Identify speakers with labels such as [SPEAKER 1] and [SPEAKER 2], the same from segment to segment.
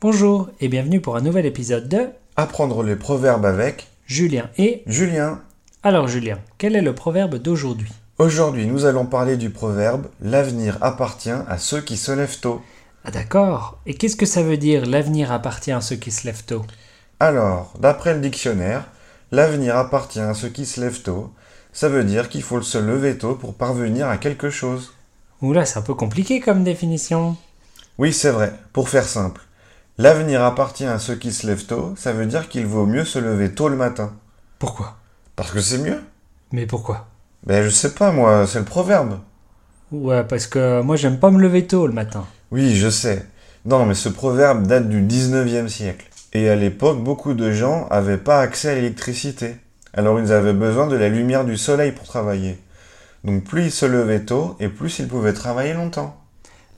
[SPEAKER 1] Bonjour et bienvenue pour un nouvel épisode de
[SPEAKER 2] Apprendre les proverbes avec
[SPEAKER 1] Julien et...
[SPEAKER 2] Julien.
[SPEAKER 1] Alors Julien, quel est le proverbe d'aujourd'hui
[SPEAKER 2] Aujourd'hui, nous allons parler du proverbe L'avenir appartient à ceux qui se lèvent tôt.
[SPEAKER 1] Ah d'accord, et qu'est-ce que ça veut dire l'avenir appartient à ceux qui se lèvent tôt
[SPEAKER 2] Alors, d'après le dictionnaire, l'avenir appartient à ceux qui se lèvent tôt. Ça veut dire qu'il faut se lever tôt pour parvenir à quelque chose.
[SPEAKER 1] Oula, c'est un peu compliqué comme définition.
[SPEAKER 2] Oui, c'est vrai. Pour faire simple, l'avenir appartient à ceux qui se lèvent tôt. Ça veut dire qu'il vaut mieux se lever tôt le matin.
[SPEAKER 1] Pourquoi
[SPEAKER 2] Parce que c'est mieux.
[SPEAKER 1] Mais pourquoi
[SPEAKER 2] Ben je sais pas moi, c'est le proverbe.
[SPEAKER 1] Ouais, parce que moi j'aime pas me lever tôt le matin.
[SPEAKER 2] Oui, je sais. Non, mais ce proverbe date du 19e siècle. Et à l'époque, beaucoup de gens n'avaient pas accès à l'électricité. Alors ils avaient besoin de la lumière du soleil pour travailler. Donc plus ils se levaient tôt et plus ils pouvaient travailler longtemps.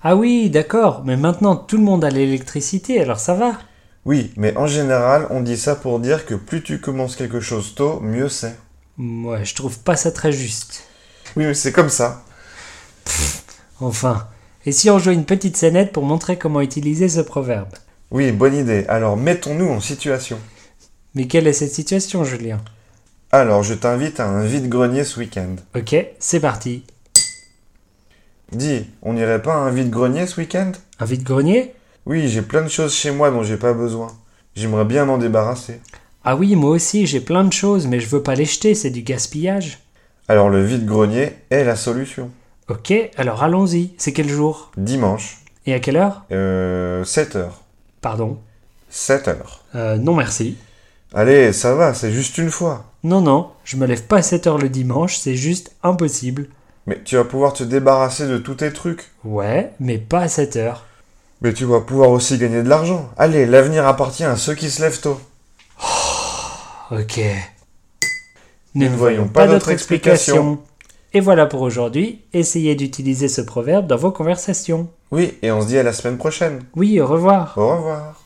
[SPEAKER 1] Ah oui, d'accord, mais maintenant tout le monde a l'électricité, alors ça va
[SPEAKER 2] Oui, mais en général, on dit ça pour dire que plus tu commences quelque chose tôt, mieux c'est.
[SPEAKER 1] Ouais, je trouve pas ça très juste.
[SPEAKER 2] Oui, mais c'est comme ça.
[SPEAKER 1] Enfin, et si on jouait une petite scénette pour montrer comment utiliser ce proverbe
[SPEAKER 2] Oui, bonne idée. Alors mettons-nous en situation.
[SPEAKER 1] Mais quelle est cette situation, Julien
[SPEAKER 2] Alors je t'invite à un vide-grenier ce week-end.
[SPEAKER 1] Ok, c'est parti.
[SPEAKER 2] Dis, on n'irait pas à un vide-grenier ce week-end
[SPEAKER 1] Un vide-grenier
[SPEAKER 2] Oui, j'ai plein de choses chez moi dont j'ai pas besoin. J'aimerais bien m'en débarrasser.
[SPEAKER 1] Ah oui, moi aussi, j'ai plein de choses, mais je veux pas les jeter, c'est du gaspillage.
[SPEAKER 2] Alors le vide-grenier est la solution.
[SPEAKER 1] Ok, alors allons-y. C'est quel jour
[SPEAKER 2] Dimanche,
[SPEAKER 1] Et à quelle heure
[SPEAKER 2] euh, 7h.
[SPEAKER 1] Pardon.
[SPEAKER 2] 7h.
[SPEAKER 1] Euh, non merci.
[SPEAKER 2] Allez, ça va, c'est juste une fois.
[SPEAKER 1] Non, non, je me lève pas à 7 heures le dimanche, c'est juste impossible.
[SPEAKER 2] Mais tu vas pouvoir te débarrasser de tous tes trucs.
[SPEAKER 1] Ouais, mais pas à 7 heures.
[SPEAKER 2] Mais tu vas pouvoir aussi gagner de l'argent. Allez, l'avenir appartient à ceux qui se lèvent tôt.
[SPEAKER 1] Ok.
[SPEAKER 2] Nous ne voyons pas
[SPEAKER 1] d'autre
[SPEAKER 2] d'autre explication.
[SPEAKER 1] Et voilà pour aujourd'hui. Essayez d'utiliser ce proverbe dans vos conversations.
[SPEAKER 2] Oui, et on se dit à la semaine prochaine.
[SPEAKER 1] Oui, au revoir.
[SPEAKER 2] Au revoir.